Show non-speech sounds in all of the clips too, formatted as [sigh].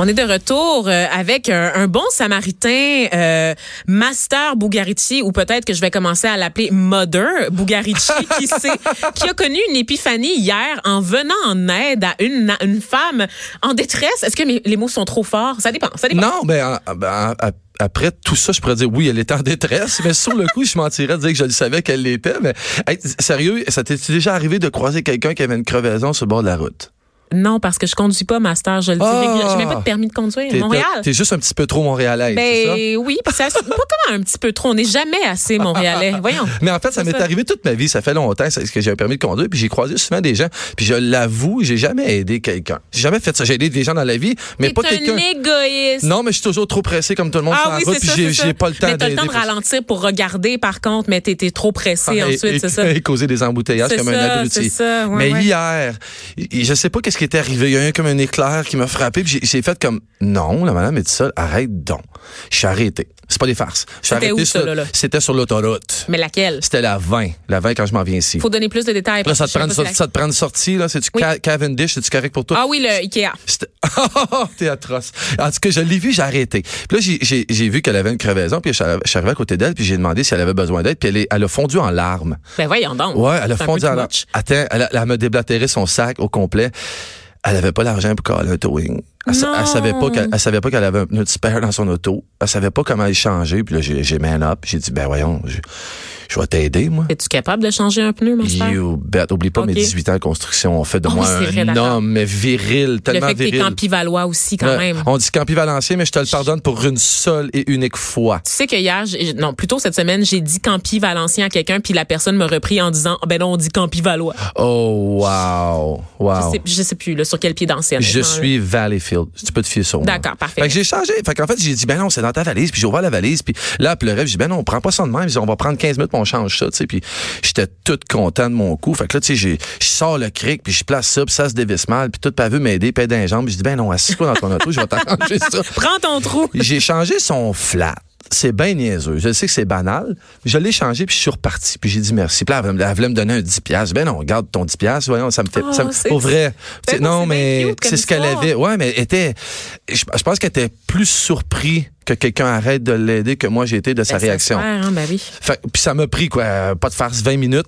On est de retour euh, avec un, un bon samaritain, euh, Master Bugarici, ou peut-être que je vais commencer à l'appeler Mother [laughs] Bugarici, qui, sait, qui a connu une épiphanie hier en venant en aide à une, une femme en détresse. Est-ce que mes, les mots sont trop forts? Ça dépend, ça dépend. Non, ben, ben après tout ça, je pourrais dire oui, elle est en détresse, mais sur le coup, je mentirais de dire que je le savais qu'elle l'était. Mais hey, sérieux, ça t'est déjà arrivé de croiser quelqu'un qui avait une crevaison sur le bord de la route? Non, parce que je conduis pas, master. Je le dis ah, régulièrement. Je mets pas de permis de conduire. T'es, Montréal. T'es juste un petit peu trop montréalais. Ben c'est ça? oui, ça, pas comment un petit peu trop. On n'est jamais assez montréalais. [laughs] Voyons. Mais en fait, ça m'est ça. arrivé toute ma vie. Ça fait longtemps c'est que j'ai un permis de conduire. Puis j'ai croisé souvent des gens. Puis je l'avoue, j'ai jamais aidé quelqu'un. J'ai jamais fait ça. J'ai aidé des gens dans la vie, mais t'es pas quelqu'un. un égoïste. Non, mais je suis toujours trop pressé comme tout le monde ah, oui, route, c'est ça, Puis j'ai, c'est j'ai pas le temps Mais t'as le temps de d'aider, parce- ralentir pour regarder, par contre, mais t'es t'es trop pressé Ah, et- ensuite, et- [laughs] c'est ça? Et causer des embouteillages C'est comme un ça, abruti. c'est ça, ouais, Mais ouais. hier, et- et je sais pas qu'est-ce qui était arrivé. Il y a eu comme un éclair qui m'a frappé. Puis j'ai- j'ai fait comme non, la madame est toute seule. Arrête donc. Je suis arrêté. C'est pas des farces. Je C'était suis arrêté où, sur- ça, là, là? C'était sur l'autoroute. Mais laquelle? C'était la 20. La 20 quand je m'en viens ici. Faut donner plus de détails. Là, ça te Je sais prend pas une si sortie. Ça te prend une sortie, là. C'est du Oui. Cavendish. C'est du correct pour la- toi. Ah oui, le Ikea. C'était- [laughs] Oh, T'es atroce. En tout cas, je l'ai vu, j'ai arrêté. Puis là, j'ai- j'ai j'ai vu qu'elle avait une crevaison, puis je suis arri- je suis arrivé à côté d'elle, puis j'ai demandé si elle avait besoin d'aide, puis elle, est- elle a fondu en larmes. Ben voyons donc. Ouais, elle a C'est un fondu peu en too larmes. much. Attends, elle, a- elle m'a déblatéré son sac au complet. Elle avait pas l'argent pour caler un towing. Elle, sa- elle Non. savait pas qu'elle elle savait pas qu'elle avait un pneu de spare dans son auto. Elle savait pas comment échanger. Puis là, j'ai j'ai man up. J'ai dit, ben voyons, je, je vais t'aider, moi. Es-tu capable de changer un pneu, master? You bet. Oublie pas Ok. mes 18 ans en construction. On fait de Oh, moi oui, c'est vrai, un d'accord. homme mais viril, Le tellement fait que t'es viril. Campi-Valois aussi, quand Ouais, même. On dit Campi Valencien, mais je te le pardonne pour une seule et unique fois. Tu sais que hier, j'ai- non, plutôt cette semaine, j'ai dit Campi Valencien à quelqu'un, puis la personne me reprit en disant, Ah ben non, on dit Campi Valois. Oh, wow. Wow. Je, sais, je sais plus là, sur quel pied d'ancienne. Je suis Valleyfield. Tu peux te fier sur moi. hein, D'accord, parfait. Fait que j'ai changé. Fait qu'en fait, j'ai dit, ben non, c'est dans ta valise. Puis j'ai ouvert la valise. Puis là, elle pleurait. Puis j'ai dit, ben non, on prend pas ça de même. Puis on va prendre 15 minutes, puis on change ça, tu sais. Puis j'étais tout content de mon coup. Fait que là, tu sais, j'ai- je sors le cric, puis je place ça, puis ça se dévisse mal. Puis tout pas vu m'aider, puis d'un jambe. Puis je dis, ben non, assis-toi dans ton auto, je vais t'arranger ça. Prends ton trou. J'ai changé son flat. C'est bien niaiseux. Je sais que c'est banal. Je l'ai changé, puis je suis reparti. Puis j'ai dit merci. Puis là, elle voulait- elle voulait me donner un 10 piastres. Ben non, garde ton 10 piastres. Voyons, ça me fait... Oh, ça me- c'est- pour vrai. Ben Tu sais, non, non, c'est mais bien cute comme c'est ce qu'elle histoire. avait. Ouais, mais elle était... Je, je pense qu'elle était plus surpris que quelqu'un arrête de l'aider que moi j'ai été de [laughs] sa Ben, ça réaction. se perd, hein, ben oui. Fait- puis ça m'a pris, quoi, euh, pas de farce, 20 minutes.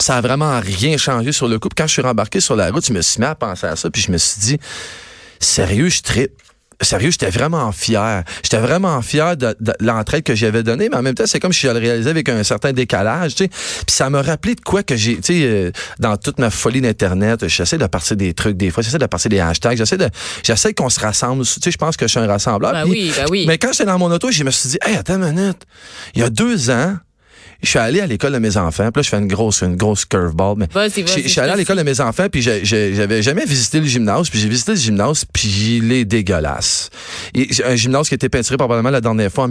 Ça a vraiment rien changé sur le coup. Puis quand je suis rembarqué sur la route, je me suis mis à penser à ça. Puis je me suis dit, sérieux, je trip. Sérieux, j'étais vraiment fier. J'étais vraiment fier de, de l'entraide que j'avais donnée, mais en même temps, c'est comme si je le réalisais avec un certain décalage, tu sais. Puis ça me rappelait de quoi que j'ai, tu sais, euh, dans toute ma folie d'Internet, j'essaie de partir des trucs des fois, j'essaie de partir des hashtags, j'essaie de, j'essaie qu'on se rassemble. Tu sais, je pense que je suis un rassembleur. Ben Ah, Puis- oui, ben oui. Mais quand j'étais dans mon auto, je me suis dit, hey, attends une minute. Il y a deux ans, je suis allé à l'école de mes enfants. Puis là, je fais une grosse, une grosse curveball. Mais Vas-y, vas-y, je- je suis allé je à te l'école de mes enfants, puis j'ai- j'ai- j'avais jamais visité le gymnase. Puis j'ai visité le gymnase, puis il est dégueulasse. Et c'est un gymnase qui a été peinturé probablement la dernière fois en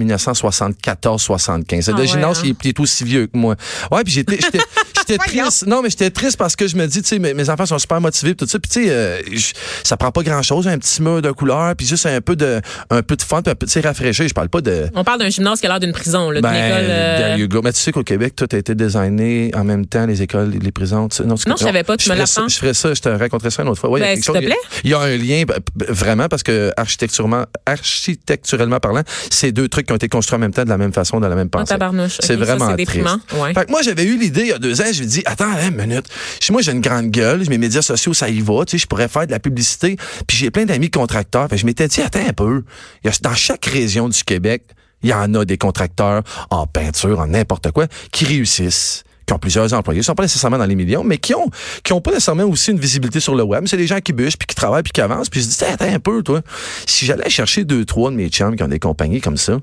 1974-75. Ah le ouais, gymnase, hein? il, est- il est aussi vieux que moi. Ouais, puis j'étais, [laughs] j'étais, j'étais triste. Non, mais j'étais triste parce que je me dis, tu sais, mes, mes enfants sont super motivés, puis tout ça. Puis tu sais, euh, je- ça prend pas grand-chose, un petit mur de couleur, puis juste un peu de, un peu de fun, puis un peu, tu sais, rafraîchir. Je parle pas de On parle d'un gymnase qui a l'air d'une prison, là, d'une école. euh, there you go. Ben, Mais tu sais qu'au Québec, tout a été designé en même temps, les écoles, les prisons. tu sais. Non, tu Non, comprends- je savais pas, tu je me ferais ça- l'apprends. Je ferais ça, je te raconterai ça une autre fois. Ouais, il y a Ben, quelque s'il te chose- Il y a un lien, ben, b- vraiment, parce que architecturement, architecturellement parlant, ces deux trucs qui ont été construits en même temps, de la même façon, dans la même en pensée. tabarnouche. C'est Ok, ça, vraiment c'est triste. déprimant. Ouais. Fait que moi, j'avais eu l'idée il y a deux ans, je me dis, attends, hein, une minute. Chez Moi, j'ai une grande gueule, mes médias sociaux, ça y va, tu sais, je pourrais faire de la publicité. Puis j'ai plein d'amis contracteurs. Fait que je m'étais dit, attends un peu. Il y a- dans chaque région du Québec, il y en a des contracteurs en peinture, en n'importe quoi, qui réussissent qui ont plusieurs employés, qui sont pas nécessairement dans les millions, mais qui ont, qui ont pas nécessairement aussi une visibilité sur le web. C'est des gens qui bûchent, puis qui travaillent, puis qui avancent. Puis je dis, attends un peu, toi. Si j'allais chercher deux, trois de mes chums qui ont des compagnies comme ça,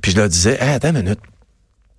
puis je leur disais, Hey, attends une minute.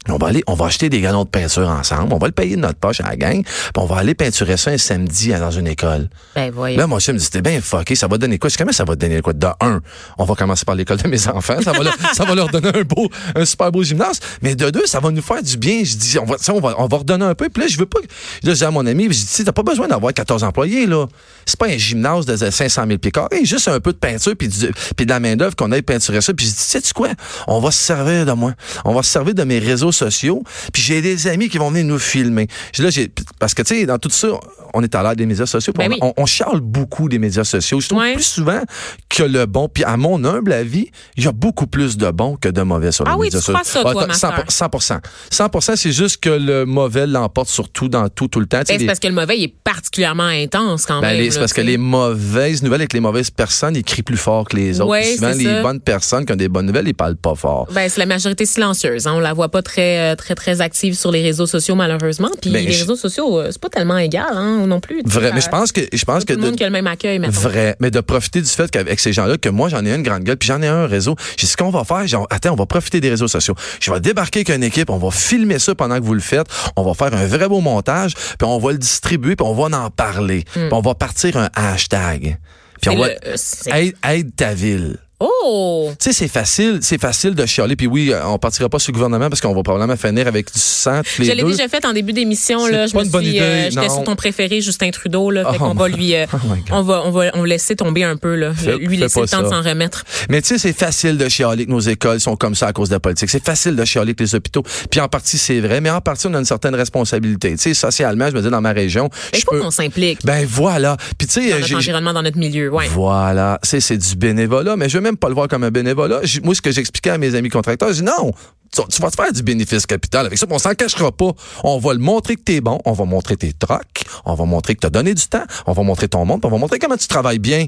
On va aller, on va acheter des galons de peinture ensemble, on va le payer de notre poche à la gang, puis on va aller peinturer ça un samedi à- dans une école. Ben voyons. Là, mon chien me dit, c'était bien fucké, ça va donner quoi? Je dis, comment ça va donner quoi? De un, on va commencer par l'école de mes enfants, ça va, leur, ça va leur donner un beau, un super beau gymnase. Mais de deux, ça va nous faire du bien. Je dis, on va, ça, on va, on va redonner un peu. Puis là, je veux pas, que- là, je dis à mon ami, je dis, tu sais, t'as pas besoin d'avoir 14 employés, là. C'est pas un gymnase de 500 000 pieds carrés, juste un peu de peinture puis, du- puis de la main d'œuvre qu'on aille peinturer ça. Puis je dis, sais-tu quoi? On va se servir de moi. On va se servir de mes réseaux sociaux. Puis j'ai des amis qui vont venir nous filmer. Je dis, Là, j'ai, parce que, tu sais, dans tout ça, on est à l'ère des médias sociaux. puis Ben on- oui. on- on charle beaucoup des médias sociaux. Je trouve Ouais. plus souvent que le bon. Puis à mon humble avis, il y a beaucoup plus de bons que de mauvais sur Ah les oui, médias tu crois sociaux. ça, toi, Attends, ma 100 100 c'est juste que le mauvais l'emporte sur tout, dans tout, tout le temps. Tu sais, Ben, c'est les- parce que le mauvais il est particulièrement intense quand ben, même. les- là, c'est parce que tu les sais. mauvaises nouvelles avec les mauvaises personnes, ils crient plus fort que les autres. Ouais, Puis souvent, c'est les ça. bonnes personnes qui ont des bonnes nouvelles, ils parlent pas fort. Ben, c'est la majorité silencieuse. Hein. On la voit pas très, euh, très, très active sur les réseaux sociaux, malheureusement. Puis Ben, les je- réseaux sociaux, euh, c'est pas tellement égal hein, non plus. Vrai, Ça- mais je pense que je pense Tout que le de- monde qui a le même accueil, maintenant. Vrai. Mais de profiter du fait qu'avec ces gens-là, que moi, j'en ai une grande gueule, puis j'en ai un réseau. J'ai dit, ce qu'on va faire, genre, attends, on va profiter des réseaux sociaux. Je vais débarquer avec une équipe, on va filmer ça pendant que vous le faites, on va faire un vrai beau montage, puis on va le distribuer, puis on va en parler. Puis on va partir un hashtag. Puis Hmm. on C'est va... le- euh, c'est- Aide, aide ta ville. Oh! Tu sais, c'est facile, c'est facile de chialer. Puis oui, euh, on partira pas sur le gouvernement parce qu'on va probablement finir avec du sang tous les Je l'ai deux. déjà fait en début d'émission C'est là, je pas me une bonne suis idée, euh, j'étais non. sur ton préféré Justin Trudeau là, fait Oh qu'on va my- lui euh, [laughs] oh my God. on va on va on va laisser tomber un peu là, Fais- lui fais laisser pas le temps de ça. s'en remettre. Mais tu sais, c'est facile de chialer que nos écoles sont comme ça à cause de la politique. C'est facile de chialer que les hôpitaux. Puis en partie, c'est vrai, mais en partie, on a une certaine responsabilité. Tu sais, socialement, je me dis, dans ma région, Mais je je pas peux... qu'on s'implique Ben voilà. Puis tu dans sais, notre Euh, j'ai- j'ai- environnement dans notre milieu, ouais. Voilà, c'est c'est du bénévolat, mais je veux même pas le voir comme un bénévolat. J- Moi, ce que j'expliquais à mes amis contracteurs, je dis non, tu, tu vas te faire du bénéfice capital avec ça, puis on s'en cachera pas. On va le montrer que t'es bon, on va montrer tes trocs, on va montrer que t'as donné du temps, on va montrer ton monde, puis on va montrer comment tu travailles bien.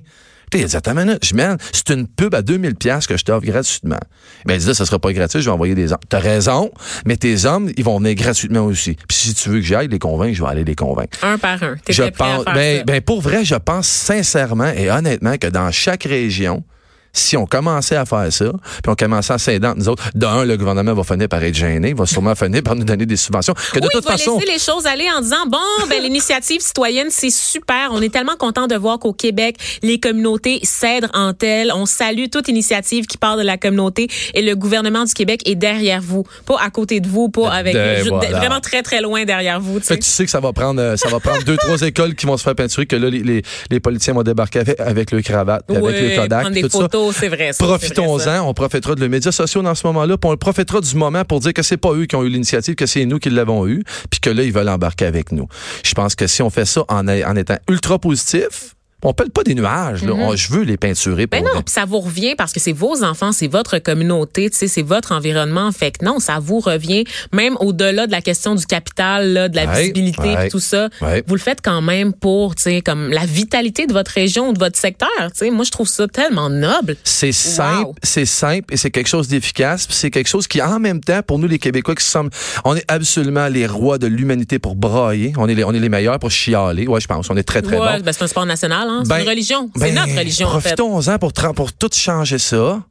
Puis il a dit, attends une minute, je mène, c'est une pub à 2000 pièces que je t'offre gratuitement. Ben, il dit, là, ça sera pas gratuit, je vais envoyer des hommes. T'as raison, mais tes hommes, ils vont venir gratuitement aussi. Puis si tu veux que j'aille les convaincre, je vais aller les convaincre. Un par un. T'es Je prêt à pense, faire ben, ça? ben, pour vrai, je pense sincèrement et honnêtement que dans chaque région, si on commençait à faire ça, puis on commençait à s'aider entre nous autres, d'un, le gouvernement va finir par être gêné, va sûrement finir par nous donner des subventions. Que de oui, toute il va façon, laisser les choses aller en disant bon, ben l'initiative citoyenne c'est super. On est tellement content de voir qu'au Québec les communautés s'aident en telle. On salue toute initiative qui part de la communauté et le gouvernement du Québec est derrière vous, pas à côté de vous, pas avec Ben, juste- voilà. vraiment très très loin derrière vous. tu sais. fait que tu sais que ça va prendre, euh, ça va prendre [laughs] deux, trois écoles qui vont se faire peinturer, que là, les, les, les politiciens vont débarquer avec, avec le cravate, puis avec Ouais, le Kodak, prendre puis des tout ça. photos, c'est vrai. ça, c'est vrai, ça. Profitons-en, on profitera de les médias sociaux dans ce moment-là, puis on le profitera du moment pour dire que c'est pas eux qui ont eu l'initiative, que c'est nous qui l'avons eu, puis que là ils veulent embarquer avec nous. Je pense que si on fait ça en, a- en étant ultra positif, on pèle pas des nuages. là. On- je veux les peinturer. Pour Mm-hmm. Ben non, vrai. puis ça vous revient parce que c'est vos enfants, c'est votre communauté, tu sais, c'est votre environnement. Fait que non, ça vous revient même au-delà de la question du capital, là, de la Ouais, visibilité, ouais, puis tout ça. ouais. Vous le faites quand même pour, tu sais, comme la vitalité de votre région ou de votre secteur. Tu sais, moi je trouve ça tellement noble. C'est simple, c'est simple et c'est quelque chose d'efficace, puis c'est quelque chose qui, en même temps, pour nous les Québécois qui sommes, on est absolument les rois de l'humanité pour brailler. On est les, on est les meilleurs pour chialer. Ouais, je pense. On est très très bons. Ouais, ben, c'est un sport national, hein. c'est Ben, une religion, c'est Ben, notre religion en fait. Profitons-en pour, tra- pour tout changer ça.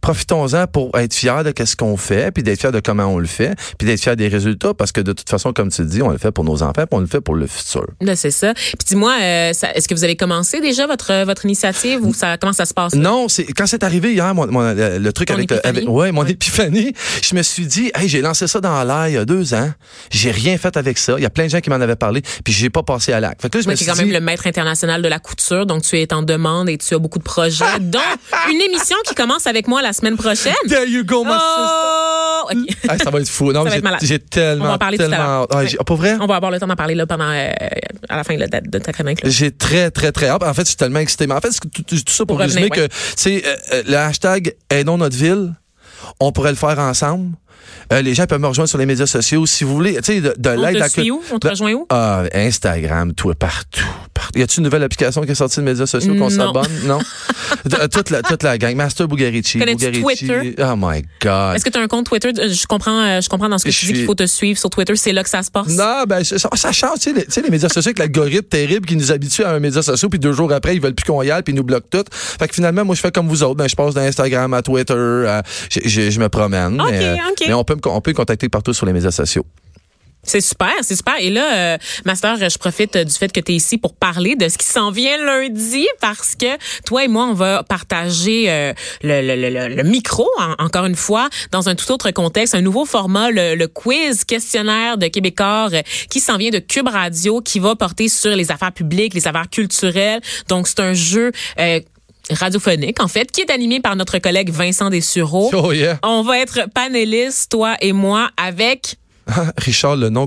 Profitons-en pour être fiers de ce qu'on fait, puis d'être fiers de comment on le fait, puis d'être fiers des résultats, parce que de toute façon, comme tu dis, on le fait pour nos enfants, puis on le fait pour le futur. Là, c'est ça. Puis dis-moi, euh, ça- est-ce que vous avez commencé déjà votre votre initiative ou ça comment ça se passe Non, c'est quand c'est arrivé hier, mon- mon- euh, le truc Ton avec, épiphanie? avec- ouais, mon épiphanie, je me suis dit, hey, j'ai lancé ça dans l'air il y a deux ans, j'ai rien fait avec ça. Il y a plein de gens qui m'en avaient parlé, puis j'ai pas passé à l'acte. Fait que là, je Mais me tu suis es quand dit, même le maître international de la couture, donc tu es en demande et tu as beaucoup de [laughs] projets, dont une émission qui commence avec moi la semaine prochaine. there you go, my sister. Oh! OK. Ah, ça va être fou. Non, Ça va mais être malade. j'ai- On j'ai va tellement, en parler tout à tellement, l'heure. Ah, j'ai- ah, pour vrai? On va avoir le temps d'en parler là pendant euh, à la fin de, la- de ta chronique. là. J'ai très, très, très hâte. En fait, je suis tellement excité. Mais en fait, c'est tout, tout- tout ça pour, Pour résumer revenir, ouais. que, tu sais, euh, euh, le hashtag Aidons notre ville, on pourrait le faire ensemble. Euh, les gens peuvent me rejoindre sur les médias sociaux si vous voulez. Tu sais, de, de On l'aide te à- suit où? On te de- rejoint où? Ah, Instagram, tout, partout, partout. Y a-tu une nouvelle application qui est sortie de médias sociaux qu'on [laughs] Non. s'abonne? Non. toute, la, toute la gang. Master Bugarici. Connais-tu Bugarici. Twitter? Oh my God. Est-ce que tu as un compte Twitter? Euh, Je comprends, euh, je comprends dans ce que Je tu dis suis- qu'il faut te suivre sur Twitter. C'est là que ça se passe. Non, ben, ça, ça- ça change, tu sais, les, tu sais, les médias sociaux avec l'algorithme terrible qui nous habitue à un média social, puis deux jours après, ils veulent plus qu'on y aille, puis ils nous bloquent tout. Fait que finalement, moi, je fais comme vous autres. Ben, je passe d'Instagram à Twitter, à- je- je je me promène. Ok, mais, euh, ok. mais on peut, me con- on peut me contacter partout sur les médias sociaux. C'est super, c'est super. Et là, euh, Master, je profite euh, du fait que tu es ici pour parler de ce qui s'en vient lundi parce que toi et moi, on va partager euh, le, le- le- le- le micro, en- encore une fois, dans un tout autre contexte, un nouveau format, le, le quiz questionnaire de Québécois euh, qui s'en vient de Cube Radio, qui va porter sur les affaires publiques, les affaires culturelles. Donc, c'est un jeu... euh, radiophonique, en fait, qui est animé par notre collègue Vincent Dessureau. Oh yeah. On va être panélistes, toi et moi, avec Richard, le non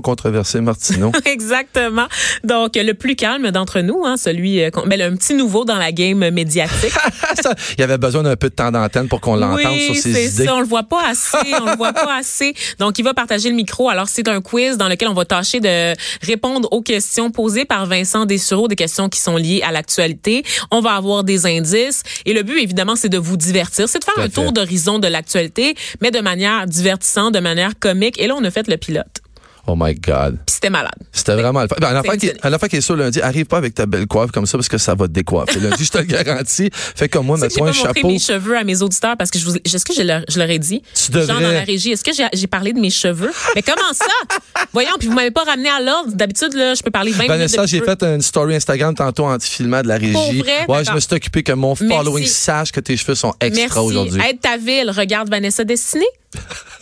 [laughs] controversé Martineau. Exactement. Donc, euh, le plus calme d'entre nous, hein, celui, euh, qu'on- ben, le- un petit nouveau dans la game euh, [laughs] médiatique. Ça, il avait besoin d'un peu de temps d'antenne pour qu'on l'entende sur oui, ses c'est idées. ça. On le voit pas assez. On le voit [laughs] pas assez. Donc, il va partager le micro. Alors, c'est un quiz dans lequel on va tâcher de répondre aux questions posées par Vincent Dessureau, des questions qui sont liées à l'actualité. On va avoir des indices. Et le but, évidemment, c'est de vous divertir. C'est de faire Tout à un fait. tour d'horizon de l'actualité, mais de manière divertissante, de manière comique. Et là, on a fait le pilote. Oh my God. Puis c'était malade. C'était vraiment le fun. Ben, un, enfant qui, étonnant. un enfant qui est sur lundi, arrive pas avec ta belle coiffe comme ça parce que ça va te décoiffer. Lundi, je te le garantis. Fais comme moi, Tu sais que mets-toi un j'ai pas montré chapeau. mes cheveux à mes auditeurs parce que je vous, est-ce que je leur, je leur ai dit? Tu devrais. Genre dans la régie, est-ce que j'ai, j'ai parlé de mes cheveux? Mais comment ça? [laughs] Voyons, puis vous m'avez pas ramené à l'ordre. D'habitude, là, je peux parler 20 Vanessa, minutes. de j'ai cheveux. fait une story Instagram tantôt anti-filmat de la régie. Pour vrai? ouais, je D'accord. me suis occupé que mon Merci. following sache que tes cheveux sont Merci. extra aujourd'hui. Aide ta ville. Regarde Vanessa Destinée.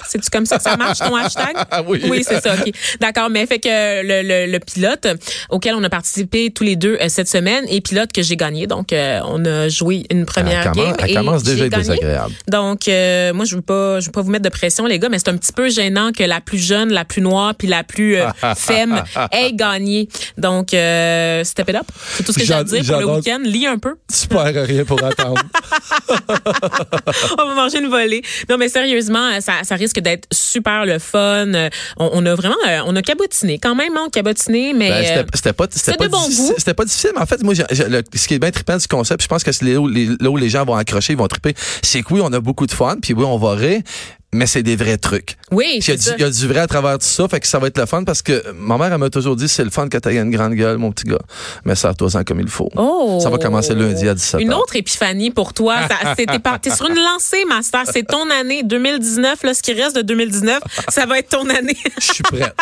C'est-tu comme ça que ça marche, ton hashtag? Ah [laughs] oui. c'est ça, OK. D'accord, mais fait que le, le- le pilote auquel on a participé tous les deux euh, cette semaine et pilote que j'ai gagné. Donc, euh, on a joué une première Elle commence- game. elle et commence déjà à j'ai être gagné. désagréable. Donc, euh, moi, je veux pas, je veux pas vous mettre de pression, les gars, mais c'est un petit peu gênant que la plus jeune, la plus noire, puis la plus [laughs] euh, femme ait gagné. Donc, euh, step it up. C'est tout ce que j'ai à J'ad- dire pour le j'adore- week-end. Lis un peu. [laughs] Tu perds rien pour attendre. on va manger une volée. Non, mais sérieusement, euh, ça, ça risque d'être super le fun. Euh, On, on a vraiment, euh, on a cabotiné quand même, hein, cabotiné, mais Ben, euh, c'était- c'était pas, c'était c'est pas de bon difficile. goût. C'était pas difficile, mais en fait, moi, j'ai- j'ai- le- ce qui est bien trippant du concept, je pense que c'est là où les, là où les gens vont accrocher, ils vont tripper. C'est que oui, on a beaucoup de fun, puis oui, on va rire, mais c'est des vrais trucs. oui, Puis c'est Il y, a du, ça. il y a du vrai à travers tout ça, fait que ça va être le fun parce que ma mère, elle m'a toujours dit c'est le fun que t'aies une grande gueule, mon petit gars. Mais sers-toi-en comme il faut. Oh. Ça va commencer lundi à 17h. Une autre épiphanie pour toi. [laughs] Ça- c'est- T'es par- t'es sur une lancée, Master. C'est ton année 2019. Là, ce qui reste de 2019, ça va être ton année. [laughs] Je suis prête.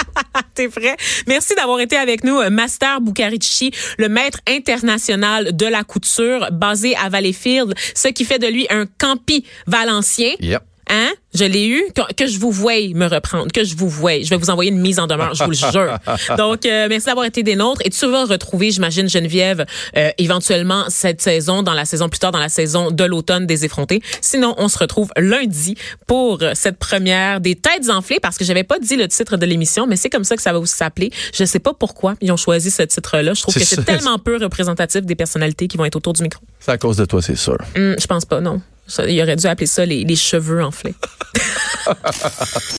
T'es prêt? Merci d'avoir été avec nous, euh, Master Bucarici, le maître international de la couture, basé à Valleyfield, ce qui fait de lui un campi valencien. Yep. Hein? Je l'ai eu. Que, que je vous voie me reprendre. Que je vous voie. Je vais vous envoyer une mise en demeure, [laughs] je vous le jure. Donc, euh, merci d'avoir été des nôtres. Et tu vas retrouver, j'imagine, Geneviève, euh, éventuellement cette saison, dans la saison plus tard, dans la saison de l'automne des effrontés. Sinon, on se retrouve lundi pour euh, cette première des têtes enflées parce que j'avais pas dit le titre de l'émission, mais c'est comme ça que ça va aussi s'appeler. Je sais pas pourquoi ils ont choisi ce titre-là. Je trouve C'est que c'est ça. tellement peu représentatif des personnalités qui vont être autour du micro. C'est à cause de toi, c'est sûr. Hum, je pense pas, non. Ça, il aurait dû appeler ça les, les cheveux enflés.